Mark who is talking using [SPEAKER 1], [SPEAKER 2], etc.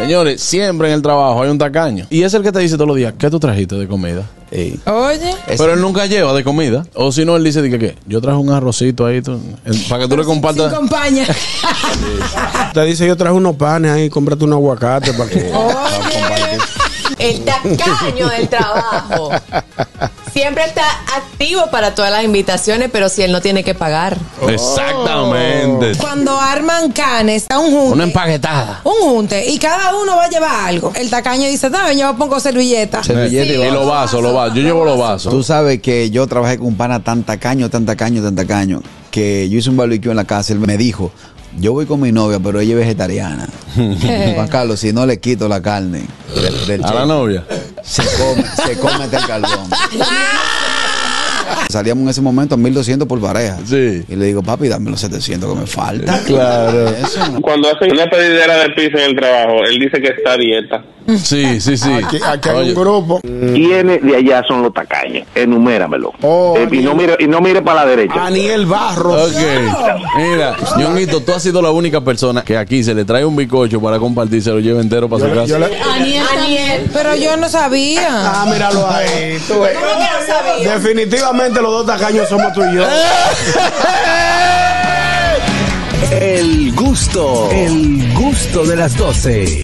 [SPEAKER 1] Señores, siempre en el trabajo hay un tacaño. Y es el que te dice todos los días, ¿qué tú trajiste de comida?
[SPEAKER 2] Ey.
[SPEAKER 3] Oye.
[SPEAKER 1] Pero él nunca lleva de comida. O si no, él dice, que, ¿qué? Yo traje un arrocito ahí. tú- el- para que tú le compartas.
[SPEAKER 3] Sin compañía.
[SPEAKER 2] Te dice, yo traje unos panes ahí, cómprate un aguacate para que...
[SPEAKER 3] Oye.
[SPEAKER 4] El tacaño del trabajo. Siempre está activo para todas las invitaciones, pero si él no tiene que pagar.
[SPEAKER 1] Exactamente.
[SPEAKER 3] Cuando arman canes a un junte.
[SPEAKER 1] Oh. Una empaquetada.
[SPEAKER 3] un junte. Y cada uno va a llevar algo. El tacaño dice, dame, yo pongo servilleta.
[SPEAKER 5] Servilleta y
[SPEAKER 1] Y
[SPEAKER 5] vaso.
[SPEAKER 1] los vasos, los vasos. Yo llevo los vasos.
[SPEAKER 5] Tú sabes que yo trabajé con un pana tan tacaño, tan tacaño, tan tacaño, que yo hice un barbecue en la casa. Él me dijo, yo voy con mi novia, pero ella es vegetariana. Juan Carlos, si no le quito la carne del, del
[SPEAKER 1] A
[SPEAKER 5] chef,
[SPEAKER 1] la novia.
[SPEAKER 5] se come, se come hasta el carbón. Salíamos en ese momento a 1200 por pareja.
[SPEAKER 1] Sí.
[SPEAKER 5] Y le digo, papi, dame los 700 que me falta.
[SPEAKER 1] Claro.
[SPEAKER 5] Eso.
[SPEAKER 6] Cuando hace una pedidera de pizza en el trabajo, él dice que está a dieta.
[SPEAKER 1] Sí, sí, sí.
[SPEAKER 2] Aquí, aquí hay
[SPEAKER 1] Oye,
[SPEAKER 2] un grupo.
[SPEAKER 7] ¿Quiénes de allá son los tacaños? Enuméramelo.
[SPEAKER 2] Oh,
[SPEAKER 7] Eh, y, no mire, y no mire para la derecha.
[SPEAKER 2] Aniel Barros.
[SPEAKER 1] Ok. Mira, Ñonguito, tú has sido la única persona que aquí se le trae un bicocho para compartir, se lo lleva entero para su
[SPEAKER 2] Yo- yo
[SPEAKER 1] casa.
[SPEAKER 2] le-
[SPEAKER 4] Aniel,
[SPEAKER 3] Pero yo no sabía.
[SPEAKER 2] Ah, míralo ahí. tú ves. Definitivamente los dos tacaños somos tú y yo.
[SPEAKER 1] Eh.
[SPEAKER 8] El gusto, el gusto de las 12.